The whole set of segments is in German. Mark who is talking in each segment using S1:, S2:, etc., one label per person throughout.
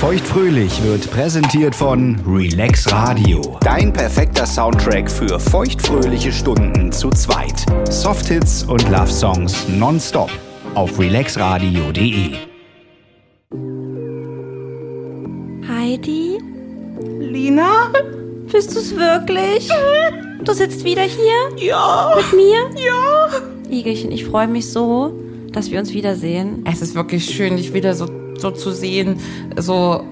S1: Feuchtfröhlich wird präsentiert von Relax Radio. Dein perfekter Soundtrack für feuchtfröhliche Stunden zu zweit. Softhits und Love Songs nonstop auf relaxradio.de.
S2: Heidi,
S3: Lina?
S2: bist du's wirklich? Du sitzt wieder hier
S3: Ja.
S2: mit mir?
S3: Ja.
S2: Igelchen, ich freue mich so, dass wir uns wiedersehen.
S3: Es ist wirklich schön, dich wieder so, so zu sehen. So.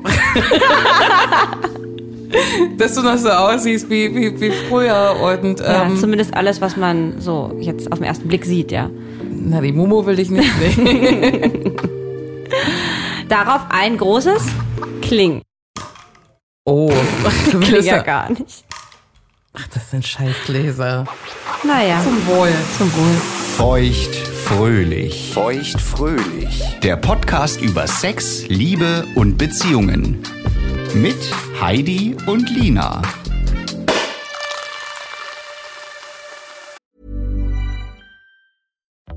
S3: dass du noch so aussiehst wie, wie, wie früher. Und
S2: Ja,
S3: ähm,
S2: zumindest alles, was man so jetzt auf den ersten Blick sieht, ja.
S3: na, die Momo will ich nicht sehen.
S2: Darauf ein großes Kling.
S3: oh,
S2: Klingt ja
S3: Gläser.
S2: gar nicht.
S3: Ach, das sind scheiß Gläser.
S2: Naja,
S3: Zum Wohl.
S2: zum Wohl.
S1: Feuchtfröhlich. Feuchtfröhlich. Der Podcast über Sex, Liebe und Beziehungen. Mit Heidi und Lina.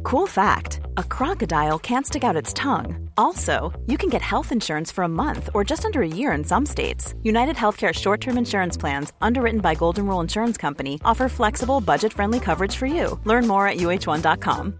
S4: Cool fact a crocodile can't stick out its tongue. Also, you can get health insurance for a month or just under a year in some states. United Healthcare short term insurance plans, underwritten by Golden Rule Insurance Company, offer flexible, budget friendly coverage for you. Learn more at uh1.com.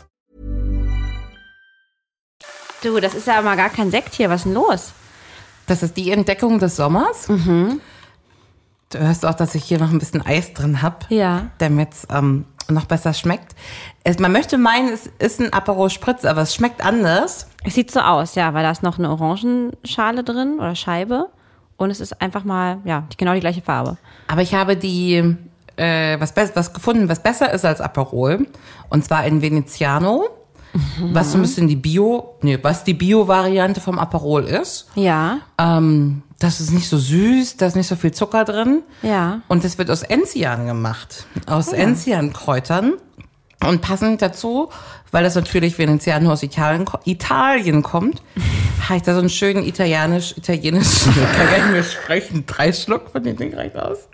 S2: Du, das ist ja mal gar kein Sekt hier. Was ist denn los?
S3: Das ist die Entdeckung des Sommers. Du hörst auch, dass ich hier noch ein bisschen Eis drin hab,
S2: Ja.
S3: damit es ähm, noch besser schmeckt. Es, man möchte meinen, es ist ein Aperol Spritz, aber es schmeckt anders.
S2: Es sieht so aus, ja, weil da ist noch eine Orangenschale drin oder Scheibe. Und es ist einfach mal, ja, die- genau die gleiche Farbe.
S3: Aber ich habe die äh, was, bes- was gefunden, was besser ist als Aperol. Und zwar in Veneziano, was so ein bisschen die Bio, nee, was die Bio-Variante vom Aperol ist.
S2: Ja,
S3: Ähm, das ist nicht so süß, da ist nicht so viel Zucker drin.
S2: ja.
S3: Und das wird aus Enzian gemacht. Aus Enziankräutern. Und passend dazu, weil das natürlich Veneziano aus Italien, ko- Italien kommt, habe ich da so einen schönen italienisch, italienischen, ich kann gar nicht mehr sprechen, drei Schluck von dem Ding reicht aus,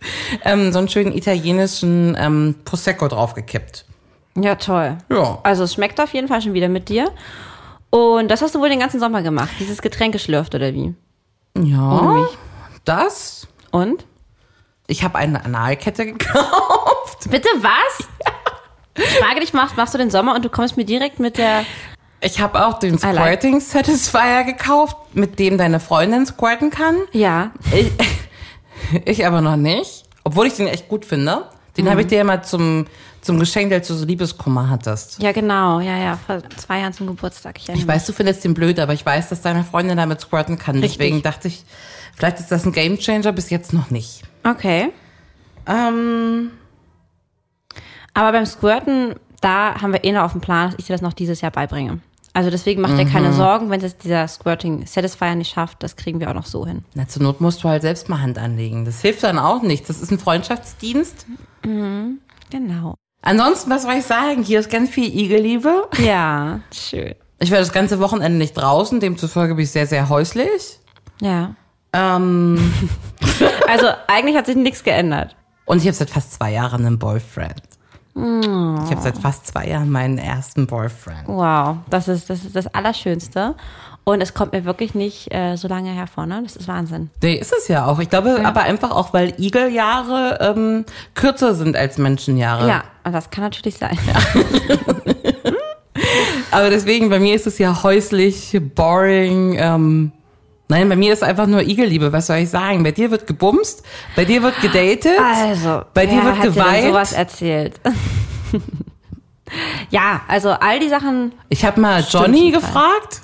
S3: ähm, so einen schönen italienischen ähm, Prosecco draufgekippt.
S2: Ja, toll.
S3: Ja.
S2: Also es schmeckt auf jeden Fall schon wieder mit dir. Und das hast du wohl den ganzen Sommer gemacht, dieses Getränk geschlürft oder wie? Oh.
S3: Ja, Oh, das.
S2: Und?
S3: Ich habe eine Analkette gekauft.
S2: Bitte was? Ich frage dich, machst, machst du den Sommer und du kommst mir direkt mit der...
S3: Ich habe auch den
S2: like-
S3: Squirting Satisfier gekauft, mit dem deine Freundin squirten kann.
S2: Ja,
S3: Ich, ich aber noch nicht. Obwohl ich den echt gut finde. Den habe ich dir ja mal zum, zum Geschenk, als du so Liebeskummer hattest.
S2: ja genau, ja, ja, vor zwei Jahren zum Geburtstag. Ich,
S3: Ich weiß, du findest den blöd, aber ich weiß, dass deine Freundin damit squirten kann.
S2: Richtig.
S3: Deswegen dachte ich, vielleicht ist das ein Gamechanger. bis jetzt noch nicht.
S2: Okay.
S3: Ähm,
S2: Aber beim Squirten, da haben wir eh noch auf dem Plan, dass ich dir das noch dieses Jahr beibringe. Also deswegen macht dir keine Sorgen, wenn es dieser Squirting Satisfier nicht schafft, das kriegen wir auch noch so hin.
S3: na, zur Not musst du halt selbst mal Hand anlegen. Das hilft dann auch nichts. Das ist ein Freundschaftsdienst.
S2: Genau.
S3: Ansonsten, was soll ich sagen? Hier ist ganz viel Igelliebe.
S2: Ja, schön.
S3: Ich war das ganze Wochenende nicht draußen, demzufolge bin ich sehr, sehr häuslich.
S2: Ja.
S3: Ähm,
S2: Also eigentlich hat sich nichts geändert.
S3: Und ich habe seit fast zwei Jahren einen Boyfriend. Ich habe seit fast zwei Jahren meinen ersten Boyfriend.
S2: Wow, das ist das, ist das Allerschönste. Und es kommt mir wirklich nicht äh, so lange hervor, ne? Das ist Wahnsinn.
S3: Nee, ist es ja auch. Ich glaube aber einfach auch, weil Igeljahre ähm, kürzer sind als Menschenjahre.
S2: Ja, und das kann natürlich sein.
S3: Aber deswegen, bei mir ist es ja häuslich, boring, ähm, Nein, bei mir ist einfach nur Igelliebe, was soll ich sagen? Bei dir wird gebumst, bei dir wird gedatet,
S2: Also,
S3: bei dir
S2: wer
S3: wird
S2: hat dir denn
S3: geweiht.
S2: sowas erzählt. ja, also all die Sachen.
S3: ich habe mal
S2: Stimmt
S3: Johnny
S2: zum Teil.
S3: gefragt.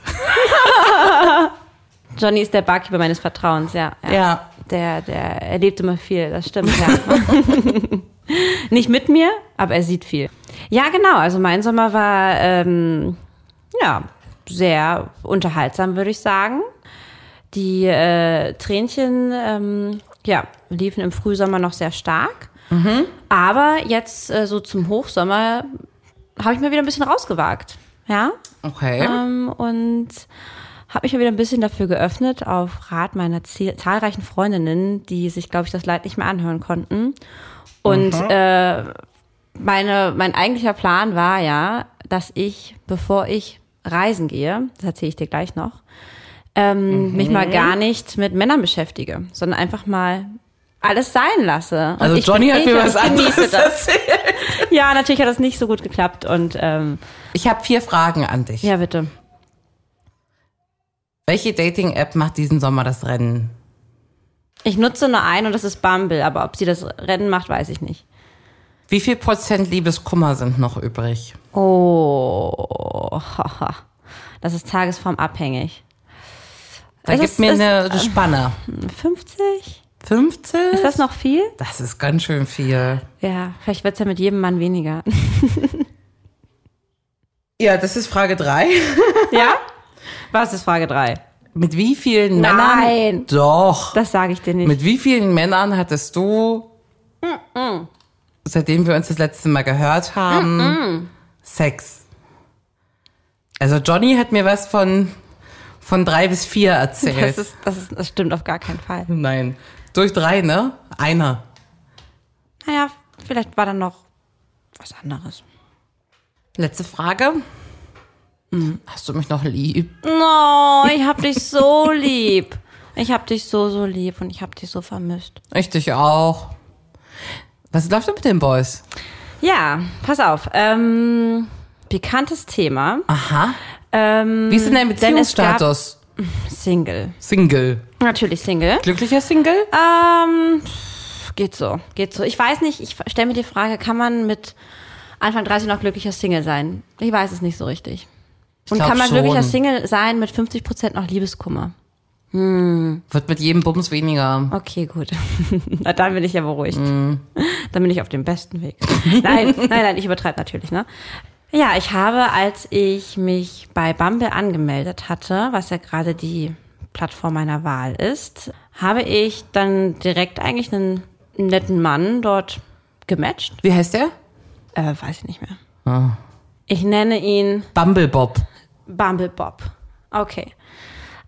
S2: Johnny ist der Barkeeper meines Vertrauens, ja. ja.
S3: Ja.
S2: Der, der erlebt immer viel, das stimmt, ja. Nicht mit mir, aber er sieht viel. Ja, genau, also mein Sommer war, ähm, ja, sehr unterhaltsam, würde ich sagen. Die äh, Tränchen, ähm, ja, liefen im Frühsommer noch sehr stark. Aber jetzt äh, so zum Hochsommer habe ich mir wieder ein bisschen rausgewagt, ja.
S3: Okay.
S2: Ähm, und habe mich mal wieder ein bisschen dafür geöffnet, auf Rat meiner zie- zahlreichen Freundinnen, die sich, glaube ich, das Leid nicht mehr anhören konnten. Und äh, meine, mein eigentlicher Plan war ja, dass ich, bevor ich reisen gehe, das erzähle ich dir gleich noch, ähm,
S3: Mhm.
S2: mich mal gar nicht mit Männern beschäftige, sondern einfach mal alles sein lasse. Und
S3: also
S2: ich
S3: Johnny
S2: bin
S3: hat mir
S2: ich
S3: was
S2: und genieße
S3: anderes
S2: das.
S3: erzählt.
S2: Ja, natürlich hat das nicht so gut geklappt und ähm,
S3: Ich habe vier Fragen an dich.
S2: ja, bitte.
S3: Welche Dating-App macht diesen Sommer das Rennen?
S2: Ich nutze nur einen und das ist Bumble, aber ob sie das Rennen macht, weiß ich nicht.
S3: Wie viel Prozent Liebeskummer sind noch übrig?
S2: Oh, haha. das ist tagesformabhängig.
S3: Da
S2: Es
S3: gibt
S2: ist- äh,
S3: mir
S2: es-
S3: eine Spanne.
S2: 50?
S3: 15?
S2: Ist das noch viel?
S3: Das ist ganz schön viel.
S2: Ja, vielleicht wird's ja mit jedem Mann weniger.
S3: Ja, das ist Frage 3.
S2: ja? Was ist Frage drei?
S3: Mit wie vielen Männern?
S2: Nein.
S3: Doch.
S2: Das sage ich dir nicht.
S3: Mit wie vielen Männern hattest du, seitdem wir uns das letzte Mal gehört haben, Sex? Also Johnny hat mir was von, von drei bis vier erzählt.
S2: das, ist, das, ist, das stimmt auf gar keinen Fall.
S3: Nein. Durch drei, ne? Einer.
S2: Naja, vielleicht war dann noch was anderes.
S3: Letzte Frage. Hm, Hast du mich noch lieb?
S2: No, ich hab dich so lieb. Ich hab dich so, so lieb und ich hab dich so vermisst.
S3: Ich dich auch. Was läuft denn mit den Boys?
S2: Ja, pass auf. Ähm, pikantes Thema.
S3: Aha.
S2: Ähm,
S3: Wie ist denn dein
S2: denn es gab-
S3: Beziehungsstatus?
S2: Single.
S3: Single.
S2: Natürlich Single.
S3: Glücklicher Single?
S2: Ähm, pff, geht so, geht so. Ich weiß nicht, ich stelle mir die Frage, kann man mit Anfang 30 noch glücklicher Single sein? Ich weiß es nicht so richtig. Und
S3: glaub
S2: kann man
S3: schon.
S2: glücklicher Single sein mit 50% noch Liebeskummer?
S3: Wird mit jedem Bums weniger.
S2: Okay, gut. Na, dann bin ich ja beruhigt. Dann bin ich auf dem besten Weg. Nein, nein, nein, ich übertreibe natürlich, ne? Ja, ich habe, als ich mich bei Bumble angemeldet hatte, was ja gerade die Plattform meiner Wahl ist, habe ich dann direkt eigentlich einen netten Mann dort gematcht.
S3: Wie heißt der?
S2: Äh, weiß ich nicht mehr. Ah. Ich nenne ihn
S3: Bumblebob.
S2: Bumble Bob. Okay.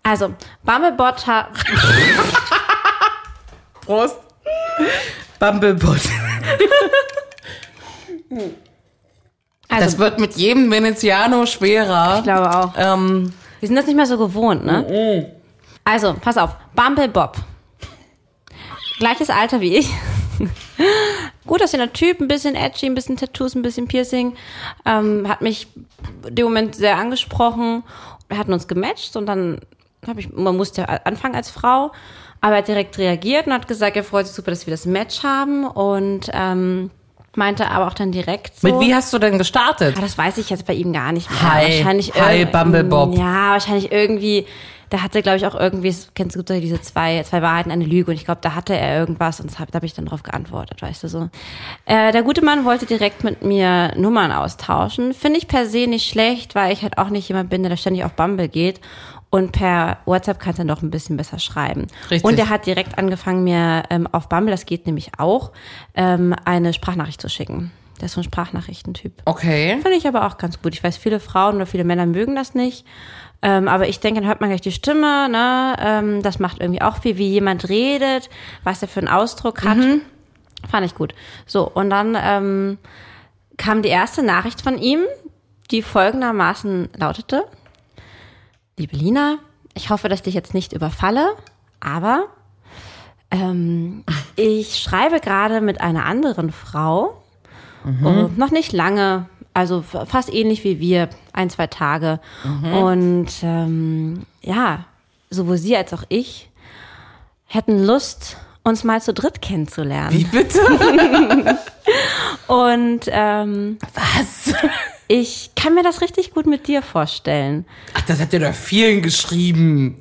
S2: Also, Bumble Bot hat...
S3: Prost. Bumblebot.
S2: Also,
S3: Das wird mit jedem Veneziano schwerer.
S2: ich glaube auch.
S3: Ähm,
S2: Wir sind das nicht mehr so gewohnt, ne? Also, pass auf. Bumble Bob. Gleiches Alter wie ich. Gut aussehender Typ, ein bisschen edgy, ein bisschen Tattoos, ein bisschen Piercing. Ähm, hat mich in dem Moment sehr angesprochen. Wir hatten uns gematcht und dann habe ich, man musste a- anfangen als Frau, aber er hat direkt reagiert und hat gesagt, er freut sich super, dass wir das Match haben und ähm, meinte aber auch dann direkt so,
S3: Mit wie hast du denn gestartet?
S2: Ah, das weiß ich jetzt bei ihm gar nicht mehr.
S3: Hi.
S2: wahrscheinlich
S3: Hi,
S2: irgend-
S3: Bumblebob.
S2: Ja, wahrscheinlich irgendwie. Da hatte, glaube ich, auch irgendwie, es- kennst du gibt diese zwei, zwei Wahrheiten, eine Lüge. Und ich glaube, da hatte er irgendwas und das hab, da habe ich dann drauf geantwortet, weißt du so. Äh, der gute Mann wollte direkt mit mir Nummern austauschen. Finde ich per se nicht schlecht, weil ich halt auch nicht jemand bin, der da ständig auf Bumble geht. Und per WhatsApp kannst du dann doch ein bisschen besser schreiben.
S3: Richtig.
S2: Und er hat direkt angefangen, mir ähm, auf Bumble, das geht nämlich auch, ähm, eine Sprachnachricht zu schicken. Der ist so ein Sprachnachrichtentyp.
S3: Okay.
S2: Finde ich aber auch ganz gut. Ich weiß, viele Frauen oder viele Männer mögen das nicht. Ähm, aber ich denke, dann hört man gleich die Stimme. Ne? Ähm, das macht irgendwie auch viel, wie jemand redet, was er für einen Ausdruck hat. Fand ich gut. So, und dann ähm, kam die erste Nachricht von ihm, die folgendermaßen lautete. Liebe Lina, ich hoffe, dass ich dich jetzt nicht überfalle, aber ähm, ich schreibe gerade mit einer anderen Frau. Oh, noch nicht lange, also f- fast ähnlich wie wir, ein, zwei Tage. Und ähm, ja, sowohl sie als auch ich hätten Lust, uns mal zu dritt kennenzulernen.
S3: Wie bitte?
S2: Und ähm,
S3: Was?
S2: ich kann mir das richtig gut mit dir vorstellen.
S3: Ach, das hat ja doch vielen geschrieben.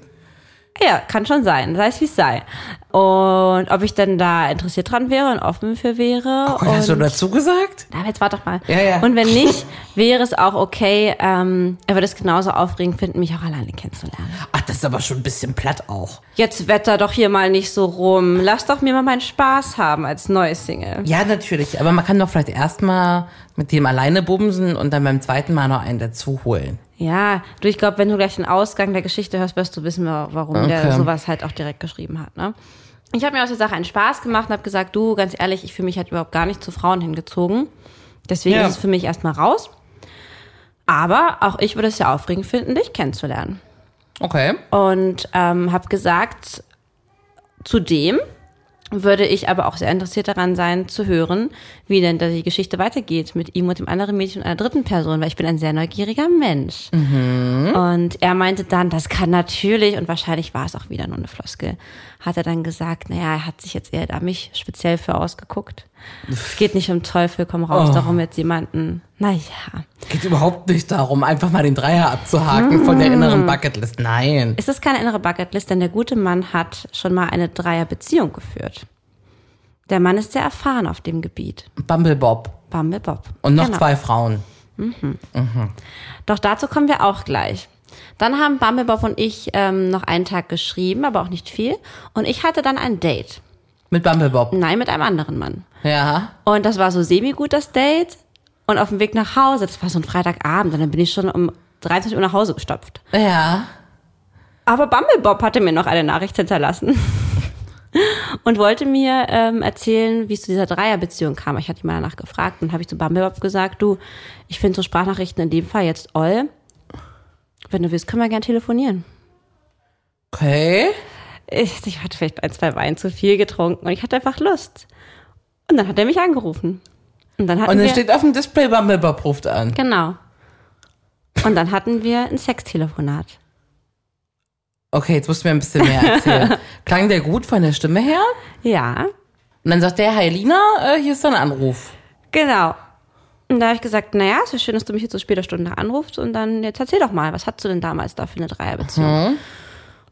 S2: Ja, kann schon sein, sei es wie es sei. Und ob ich denn da interessiert dran wäre und offen für wäre.
S3: Und hast du
S2: und
S3: dazu gesagt?
S2: Na, aber jetzt warte doch mal.
S3: Ja, ja.
S2: Und wenn nicht, wäre es auch okay. Ähm, er würde es genauso aufregend finden, mich auch alleine kennenzulernen.
S3: Ach, das ist aber schon ein bisschen platt auch.
S2: Jetzt wetter doch hier mal nicht so rum. Lass doch mir mal meinen Spaß haben als neue Single.
S3: Ja, natürlich. Aber man kann doch vielleicht erstmal mit dem alleine bumsen und dann beim zweiten Mal noch einen dazu holen.
S2: Ja, du, ich glaube, wenn du gleich den Ausgang der Geschichte hörst, wirst du wissen, wa- warum der
S3: Okay.
S2: sowas halt auch direkt geschrieben hat. Ne? Ich habe mir aus der Sache einen Spaß gemacht und habe gesagt, du, ganz ehrlich, ich fühle mich halt überhaupt gar nicht zu Frauen hingezogen. Deswegen
S3: Ja.
S2: ist es für mich erstmal raus. Aber auch ich würde es ja aufregend finden, dich kennenzulernen.
S3: Okay.
S2: und ähm, habe gesagt, zudem würde ich aber auch sehr interessiert daran sein, zu hören, wie denn da die Geschichte weitergeht mit ihm und dem anderen Mädchen und einer dritten Person, weil ich bin ein sehr neugieriger Mensch. Und er meinte dann, das kann natürlich, und wahrscheinlich war es auch wieder nur eine Floskel, hat er dann gesagt, naja, er hat sich jetzt eher da mich speziell für ausgeguckt. Es geht nicht um Teufel, komm raus, darum jetzt jemanden, naja.
S3: Geht überhaupt nicht darum, einfach mal den Dreier abzuhaken von der inneren Bucketlist. Nein.
S2: Es ist keine innere Bucketlist, denn der gute Mann hat schon mal eine Dreierbeziehung geführt. Der Mann ist sehr erfahren auf dem Gebiet.
S3: Bumblebob.
S2: Bumble Bob.
S3: Und noch
S2: Genau.
S3: zwei Frauen.
S2: Doch dazu kommen wir auch gleich. Dann haben Bumble Bob und ich ähm, noch einen Tag geschrieben, aber auch nicht viel. Und ich hatte dann ein Date.
S3: Mit Bumblebob.
S2: Nein, mit einem anderen Mann.
S3: Ja.
S2: Und das war so semi-gut, das Date. Und auf dem Weg nach Hause, das war so ein Freitagabend, und dann bin ich schon um 23 Uhr nach Hause gestopft.
S3: Ja.
S2: Aber Bumble Bob hatte mir noch eine Nachricht hinterlassen und wollte mir ähm, erzählen, wie es zu dieser Dreierbeziehung kam. Ich hatte ihn mal danach gefragt und habe ich zu Bumble Bob gesagt, du, ich finde so Sprachnachrichten in dem Fall jetzt all. Wenn du willst, können wir gern telefonieren.
S3: Okay.
S2: Ich, ich hatte vielleicht ein, zwei Wein zu viel getrunken und ich hatte einfach Lust. Und dann hat er mich angerufen. Und dann hatten
S3: Und dann
S2: wir,
S3: steht auf dem Display Bumblebob ruft an.
S2: genau. Und dann hatten wir ein Sextelefonat.
S3: Okay, jetzt musst du mir ein bisschen mehr erzählen. Klang der gut von der Stimme her?
S2: Ja,
S3: Und dann sagt der, hi Lina, äh, hier ist dein Anruf.
S2: Genau. Und da habe ich gesagt, naja, es ist schön, dass du mich jetzt so später Stunde anrufst und dann jetzt erzähl doch mal, was hattest du denn damals da für eine Dreierbeziehung?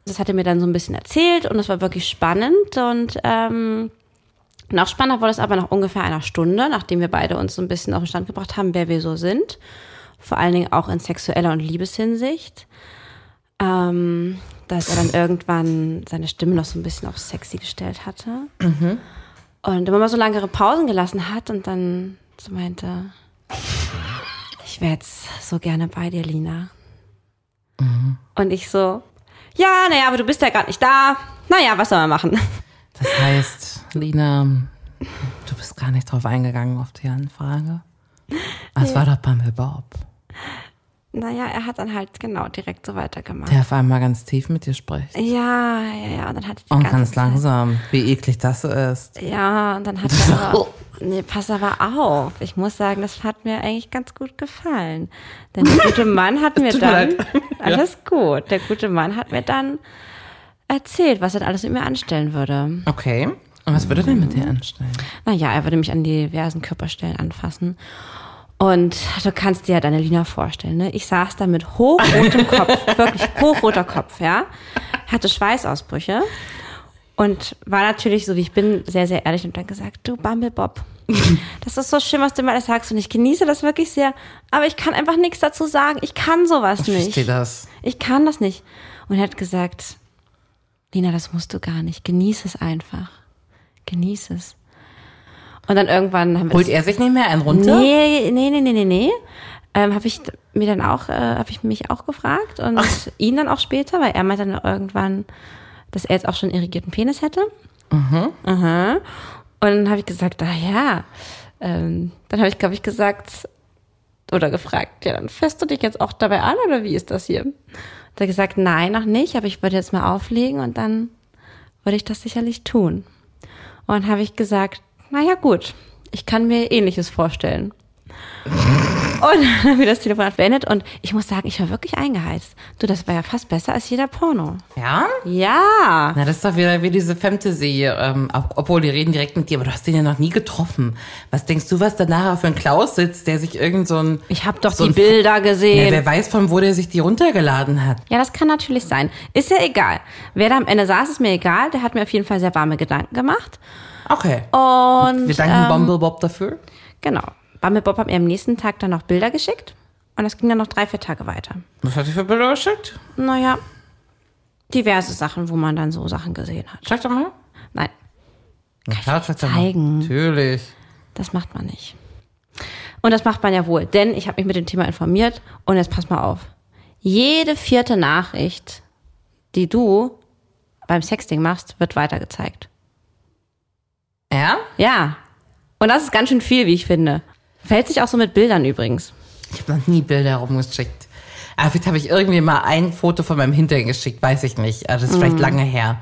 S2: Das hat er mir dann so ein bisschen erzählt und das war wirklich spannend und ähm, noch spannender wurde es aber nach ungefähr einer Stunde, nachdem wir beide uns so ein bisschen auf den Stand gebracht haben, wer wir so sind. Vor allen Dingen auch in sexueller und Liebeshinsicht. Ähm, dass er dann irgendwann seine Stimme noch so ein bisschen auf sexy gestellt hatte. Und immer mal so langere Pausen gelassen hat und dann so meinte, ich wäre jetzt so gerne bei dir, Lina.
S3: Mhm.
S2: Und ich so, ja, naja, aber du bist ja gerade nicht da. Naja, was soll man machen?
S3: Das heißt, Lina, du bist gar nicht drauf eingegangen auf die Anfrage. Das war doch Bumblebob,
S2: Naja, er hat dann halt genau direkt so weitergemacht.
S3: der auf einmal ganz tief mit dir spricht.
S2: Ja, ja, ja. Und dann hat er die
S3: Und
S2: ganze
S3: ganz
S2: Zeit-
S3: langsam, wie eklig das ist.
S2: Ja, und dann hat er aber, nee, pass aber auf. Ich muss sagen, das hat mir eigentlich ganz gut gefallen. Denn der gute Mann hat mir
S3: Tut mir
S2: dann,
S3: leid.
S2: alles gut, der gute Mann hat mir dann erzählt, was er denn alles mit mir anstellen würde.
S3: Okay. Und was würde denn mit dir anstellen?
S2: Naja, er würde mich an diversen Körperstellen anfassen. Und du kannst dir ja deine Lina vorstellen, ne? Ich saß da mit hochrotem Kopf, wirklich hochroter Kopf, ja? Hatte Schweißausbrüche und war natürlich, so wie ich bin, sehr, sehr ehrlich und dann gesagt, du Bumblebob, das ist so schön, was du immer alles sagst und ich genieße das wirklich sehr, aber ich kann einfach nichts dazu sagen. Ich kann sowas
S3: Ich
S2: nicht.
S3: verstehe das.
S2: Ich kann das nicht. Und er hat gesagt, Lina, das musst du gar nicht. Genieß es einfach. Genieß es. Und dann irgendwann haben wir
S3: Holt
S2: das-
S3: er sich nicht mehr einen runter?
S2: Nee, nee, nee, nee, nee, nee. Ähm, habe ich mir dann auch, äh, habe ich mich auch gefragt und ihn dann auch später, weil er meinte dann irgendwann, dass er jetzt auch schon einen irrigierten Penis hätte. Aha. Und dann habe ich gesagt, ah ja. Ähm, dann habe ich, glaube ich, gesagt oder gefragt, ja, dann fährst du dich jetzt auch dabei an oder wie ist das hier? Und er hat gesagt, nein, noch nicht, aber ich würde jetzt mal auflegen und dann würde ich das sicherlich tun. Und habe ich gesagt, naja gut, ich kann mir ähnliches vorstellen. Und dann haben wir das Telefonat beendet und ich muss sagen, ich war wirklich eingeheizt. Du, das war ja fast besser als jeder Porno.
S3: Ja?
S2: Ja.
S3: Na, das ist doch wieder wie diese Fantasy, ähm, ob- obwohl die reden direkt mit dir, aber du hast den ja noch nie getroffen. Was denkst du, was da nachher für ein Klaus sitzt, der sich irgend so ein...
S2: Ich habe doch
S3: so
S2: die
S3: ein-
S2: Bilder
S3: Na,
S2: gesehen.
S3: wer weiß, von wo der sich die runtergeladen hat.
S2: Ja, das kann natürlich sein. Ist ja egal. Wer da am Ende saß, ist mir egal. Der hat mir auf jeden Fall sehr warme Gedanken gemacht.
S3: Okay.
S2: Und ähm,
S3: Wir danken Bumble Bob dafür.
S2: genau. Bumble Bob hat mir am nächsten Tag dann noch Bilder geschickt. Und das ging dann noch drei, vier Tage weiter.
S3: Was hat sie für Bilder geschickt?
S2: Naja, diverse Sachen, wo man dann so Sachen gesehen hat.
S3: Sag doch mal.
S2: Nein,
S3: Kann ja, ich
S2: zeigen?
S3: Natürlich.
S2: das macht man nicht. Und das macht man ja wohl, denn ich habe mich mit dem Thema informiert und jetzt pass mal auf. Jede vierte Nachricht, die du beim Sexting machst, wird weitergezeigt.
S3: Ja?
S2: Ja. Und das ist ganz schön viel, wie ich finde. Verhält sich auch so mit Bildern übrigens.
S3: Ich habe noch nie Bilder rumgeschickt. Aber vielleicht habe ich irgendwie mal ein Foto von meinem Hintern geschickt, weiß ich nicht. Also das ist
S2: Mhm.
S3: vielleicht lange her.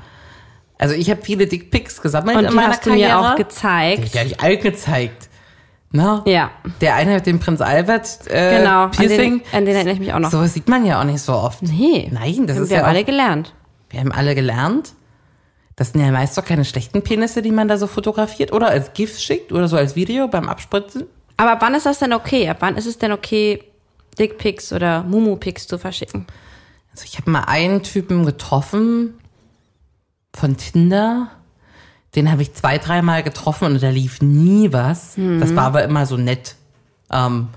S3: Also ich habe viele Dickpics gesammelt
S2: Und
S3: in
S2: die
S3: meiner
S2: hast du
S3: Karriere.
S2: mir auch
S3: Die hab
S2: gezeigt.
S3: ich eigentlich alt gezeigt. Na?
S2: Ja.
S3: Der eine mit dem Prinz Albert äh,
S2: Genau. An den,
S3: Piercing.
S2: an den erinnere ich mich auch noch.
S3: Sowas sieht man ja auch nicht so oft.
S2: Nee.
S3: Nein, das
S2: haben
S3: ist
S2: wir
S3: ja auch,
S2: alle gelernt.
S3: wir haben alle gelernt. Das sind ja meist doch keine schlechten Penisse, die man da so fotografiert oder als GIF schickt oder so als Video beim Abspritzen.
S2: Aber ab wann ist das denn okay? Ab wann ist es denn okay, Dickpics oder Mumu-Pics zu verschicken?
S3: Also ich habe mal einen Typen getroffen von Tinder. Den habe ich zwei, dreimal getroffen und da lief nie was. Das war aber immer so nett. Ähm,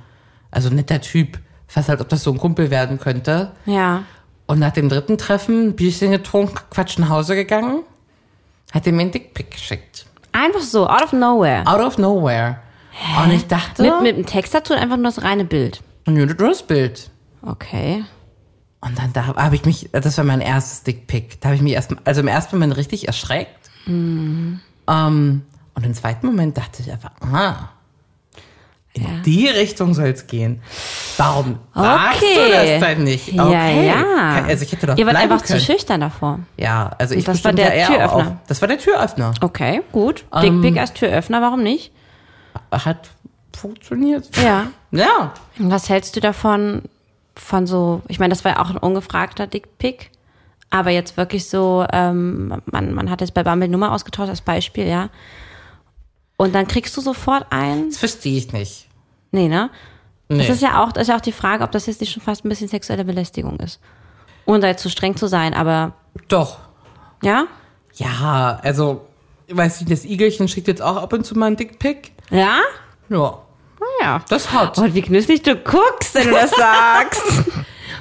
S3: also netter Typ. Fast halt, ob das so ein Kumpel werden könnte.
S2: Ja.
S3: Und nach dem dritten Treffen, ein Bierchen getrunken, Quatsch nach Hause gegangen, hat er mir einen Dickpick geschickt.
S2: Einfach so, out of nowhere.
S3: Out of nowhere. Und ich dachte,
S2: Mit, mit dem Text dazu und einfach nur das reine Bild.
S3: ein nudes Bild.
S2: Okay.
S3: Und dann da habe ich mich, das war mein erstes Dickpick. Da habe ich mich erst, also im ersten Moment richtig erschreckt.
S2: Mhm.
S3: Ähm, und im zweiten Moment dachte ich einfach, ah, in die Richtung soll es gehen. Warum sagst du
S2: Okay.
S3: das dann nicht?
S2: Ja, ja.
S3: Also ich hätte doch
S2: Ihr wart
S3: bleiben
S2: einfach
S3: können.
S2: zu schüchtern davor.
S3: Ja, also ich
S2: das war
S3: bestimmt
S2: der
S3: ja eher
S2: Türöffner.
S3: auf- Das war der Türöffner.
S2: Okay, gut.
S3: Ähm,
S2: Dickpic als Türöffner, warum nicht?
S3: Hat funktioniert.
S2: Ja.
S3: Ja.
S2: Und Was hältst du davon, von so, ich meine, das war ja auch ein ungefragter Dickpick, aber jetzt wirklich so, ähm, man, man hat jetzt bei Bumble Nummer ausgetauscht als Beispiel, ja. Und dann kriegst du sofort einen?
S3: Das verstehe ich nicht.
S2: Nee, ne?
S3: Nee.
S2: Das ist ja auch, das ist ja auch die Frage, ob das jetzt nicht schon fast ein bisschen sexuelle Belästigung ist. Ohne da jetzt zu streng zu sein, aber
S3: Doch.
S2: ja?
S3: Ja, also, weiß ich, das Igelchen schickt jetzt auch ab und zu mal einen Dickpick.
S2: Ja?
S3: Ja.
S2: Ja.
S3: Das ist hot.
S2: Und wie genüsslich du guckst, wenn du das sagst.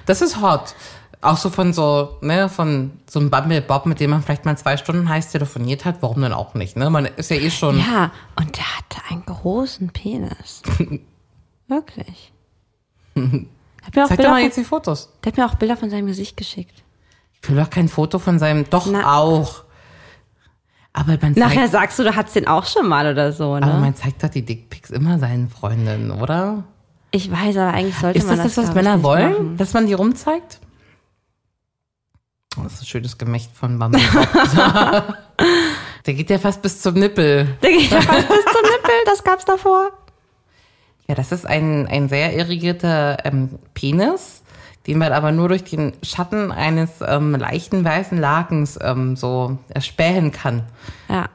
S3: Das ist hot. Auch so von so, ne, von so einem Bumble Bob, mit dem man vielleicht mal zwei Stunden heiß telefoniert hat, warum denn auch nicht, ne? Man ist ja eh schon.
S2: ja, und der hatte einen großen Penis. Wirklich. Hat mir auch
S3: Zeig doch
S2: Bilder
S3: mal
S2: von,
S3: jetzt die Fotos.
S2: der hat mir auch Bilder von seinem Gesicht geschickt.
S3: Ich will doch kein Foto von seinem. Doch
S2: Na.
S3: auch. Aber man
S2: Nachher
S3: zeigt,
S2: sagst du, du hattest den auch schon mal oder so,
S3: aber
S2: ne?
S3: man zeigt doch die Dickpics immer seinen Freundinnen, oder?
S2: Ich weiß, aber eigentlich sollte
S3: Ist
S2: man das
S3: das das, was
S2: glaub ich,
S3: Männer
S2: nicht
S3: wollen?
S2: machen.
S3: Dass man die rumzeigt? Oh, Das ist ein schönes Gemächt von Bumble Bob. Der geht ja fast bis zum Nippel.
S2: Der geht ja fast bis zum Nippel, das gab's davor.
S3: Ja, das ist ein, ein sehr irrigierter ähm, Penis, den man aber nur durch den Schatten eines ähm, leichten weißen Lakens ähm, so erspähen kann.
S2: Ja.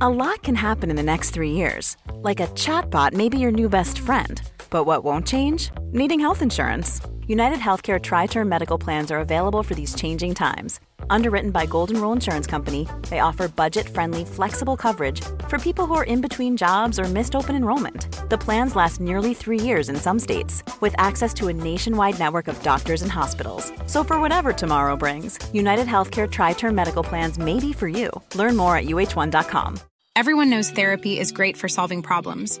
S4: A lot can happen in the next three years. Like a chatbot may be your new best friend. But what won't change? Needing health insurance. United Healthcare Tri Term Medical Plans are available for these changing times. Underwritten by Golden Rule Insurance Company, they offer budget friendly, flexible coverage for people who are in between jobs or missed open enrollment. The plans last nearly three years in some states, with access to a nationwide network of doctors and hospitals. So, for whatever tomorrow brings, United Healthcare Tri Term Medical Plans may be for you. Learn more at uh1.com.
S5: Everyone knows therapy is great for solving problems,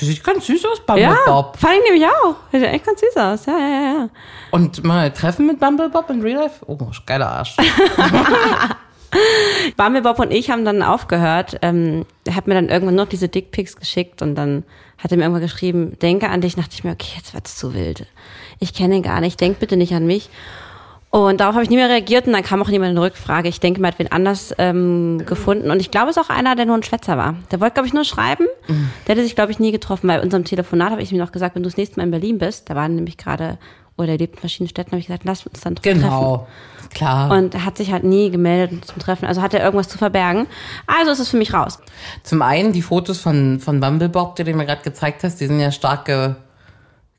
S3: Die sieht ganz süß aus, Bumble
S2: Ja,
S3: Bob.
S2: fand ich nämlich auch. Sieht echt ganz süß aus. Ja, ja, ja.
S3: Und mal treffen mit Bumble Bob in Real Life? Oh, geiler Arsch.
S2: Bumble Bob und ich haben dann aufgehört. Ähm, er hat mir dann irgendwann noch diese Dickpics geschickt und dann hat er mir irgendwann geschrieben, denke an dich. Dachte ich mir, okay, jetzt wird's zu wild. Ich kenne ihn gar nicht, denk bitte nicht an mich. Und darauf habe ich nie mehr reagiert und dann kam auch niemand in Rückfrage. Ich denke, man hat wen anders ähm, gefunden. Und ich glaube, es ist auch einer, der nur ein Schwätzer war. Der wollte, glaube ich, nur schreiben. Der hätte sich, glaube ich, nie getroffen. Bei unserem Telefonat habe ich ihm noch gesagt, wenn du das nächste Mal in Berlin bist, da waren nämlich gerade, oder er lebt in verschiedenen Städten, habe ich gesagt, lass uns dann treffen.
S3: Genau. Klar.
S2: Und er hat sich halt nie gemeldet zum Treffen. Also hat er irgendwas zu verbergen. Also ist es für mich raus.
S3: Zum einen die Fotos von, von Bumble Bob, die du mir gerade gezeigt hast, die sind ja stark ge,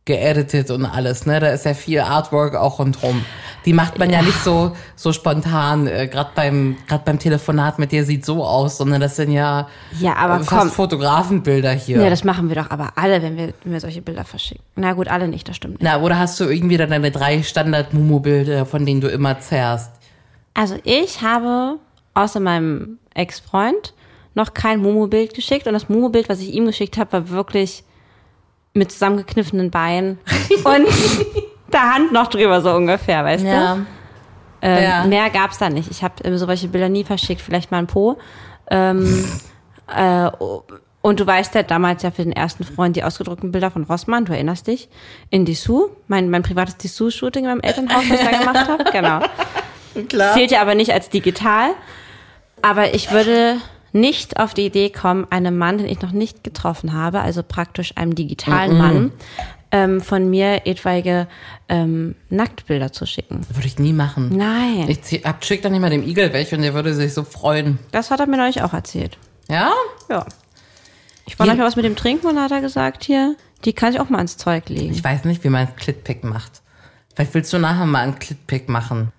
S3: geeditet und alles, ne? Da ist ja viel Artwork auch rundherum. Die macht man ja, nicht so, so spontan, äh, gerade beim, gerade beim Telefonat mit dir sieht so aus, sondern das sind ja,
S2: Ja, aber
S3: äh,
S2: komm.
S3: fast Fotografenbilder hier.
S2: Ja. das machen wir doch aber alle, wenn wir, wenn wir solche Bilder verschicken. Na gut, alle nicht, das stimmt nicht.
S3: Na, oder hast du irgendwie dann deine drei Standard-Mumu-Bilder, von denen du immer zerrst?
S2: Also ich habe außer meinem Ex-Freund noch kein Momo-Bild geschickt. Und das Momo-Bild, was ich ihm geschickt habe, war wirklich mit zusammengekniffenen Beinen und der Hand noch drüber, so ungefähr, weißt du? Ähm,
S3: Ja.
S2: Mehr gab's da nicht. Ich habe solche Bilder nie verschickt, vielleicht mal ein Po. Ähm, äh, o- und du weißt ja damals ja für den ersten Freund die ausgedruckten Bilder von Rossmann, du erinnerst dich, in Dessous, mein, mein privates Dessous-Shooting in meinem Elternhaus, was ich da gemacht habe. Genau. Klar. Zählt ja aber nicht als digital. Aber ich würde nicht auf die Idee kommen, einem Mann, den ich noch nicht getroffen habe, also praktisch einem digitalen Mann, ähm, von mir etwaige ähm, Nacktbilder zu schicken.
S3: Würde ich nie machen.
S2: Nein.
S3: Ich zieh- hab- schick dann immer dem Igel weg und der würde sich so freuen.
S2: Das hat er mir neulich auch erzählt.
S3: Ja?
S2: Ja. Ich wollte
S3: Hier-
S2: manchmal was mit dem trinken und dann hat er gesagt, hier, die kann ich auch mal ins Zeug legen.
S3: Ich weiß nicht, wie man Clitpick macht. Vielleicht willst du nachher mal einen Clitpick machen.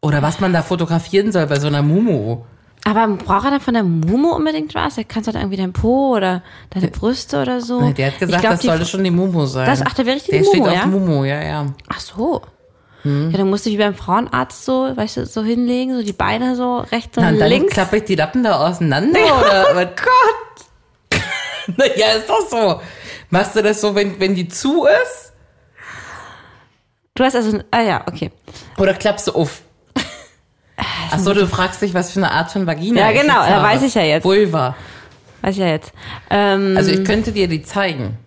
S3: Oder was man da fotografieren soll bei so einer Mumu.
S2: Aber braucht er dann von der Mumu unbedingt was? Er kann es halt irgendwie dein Po oder deine Brüste oder so.
S3: Nee, der hat gesagt,
S2: Ich glaub,
S3: das
S2: die-
S3: sollte schon die Mumu sein.
S2: Das- ach, der will richtig
S3: Der
S2: die
S3: steht
S2: Mumu,
S3: auf
S2: ja?
S3: Mumu, ja, ja.
S2: Ach so. Ja, dann musste ich wie beim Frauenarzt so, weißt du, so hinlegen, so die Beine so rechts und
S3: Na, und dann
S2: links.
S3: klappe ich die Lappen da auseinander, oder? Oh Gott! naja, ist doch so. Machst du das so, wenn, wenn die zu ist?
S2: Du hast also, ah ja, okay.
S3: Oder klappst du auf? Ach so, du fragst dich, was für eine Art von Vagina
S2: Ja,
S3: ich
S2: genau,
S3: jetzt
S2: da
S3: habe.
S2: weiß ich ja jetzt.
S3: Vulva.
S2: Weiß ich ja jetzt. Ähm,
S3: Also ich könnte dir die zeigen.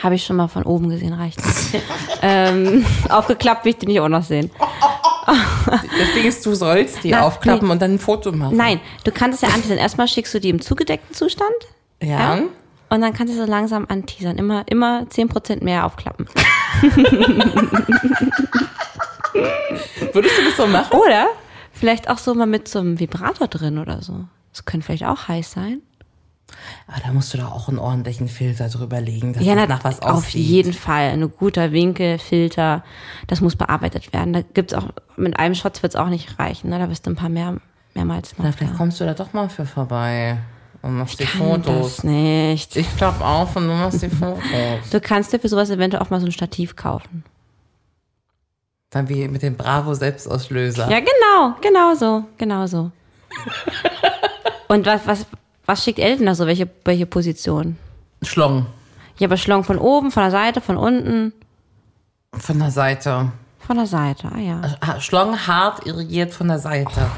S2: Habe ich schon mal von oben gesehen, reicht. ähm, aufgeklappt will ich die nicht auch noch sehen.
S3: Das Ding ist, du sollst die
S2: Na,
S3: aufklappen
S2: nee.
S3: und dann ein Foto machen.
S2: Nein, du kannst es ja anteasern. Erstmal schickst du die im zugedeckten Zustand.
S3: Ja.
S2: Und dann kannst du so langsam anteasern. Immer, immer 10% mehr aufklappen.
S3: Würdest du das so machen?
S2: Oder vielleicht auch so mal mit so einem Vibrator drin oder so. Das könnte vielleicht auch heiß sein.
S3: Aber Ah, da musst du doch auch einen ordentlichen Filter drüber legen, dass
S2: na,
S3: das nach was
S2: auf
S3: aussieht.
S2: jeden Fall. Ein guter Winkel, Filter, das muss bearbeitet werden. Da gibt's auch, mit einem Shot wird's auch nicht reichen. Ne? Da bist du ein paar mehr, mehrmals noch.
S3: Na,
S2: da.
S3: vielleicht kommst du da doch mal für vorbei und machst die
S2: Kann
S3: Fotos.
S2: Das nicht.
S3: Ich klapp auf und du machst die Fotos.
S2: Du kannst dir für sowas eventuell auch mal so ein Stativ kaufen.
S3: Dann wie mit dem Bravo Selbstauslöser.
S2: Ja, genau, genau so, genau so. Und was, was, was schickt Elton da so? Welche, welche Position?
S3: Schlong.
S2: Ja, aber Schlong von oben, von der Seite, von unten,
S3: Von der Seite.
S2: von der Seite. Ah ja,
S3: Ah, Schlong hart irrigiert von der Seite.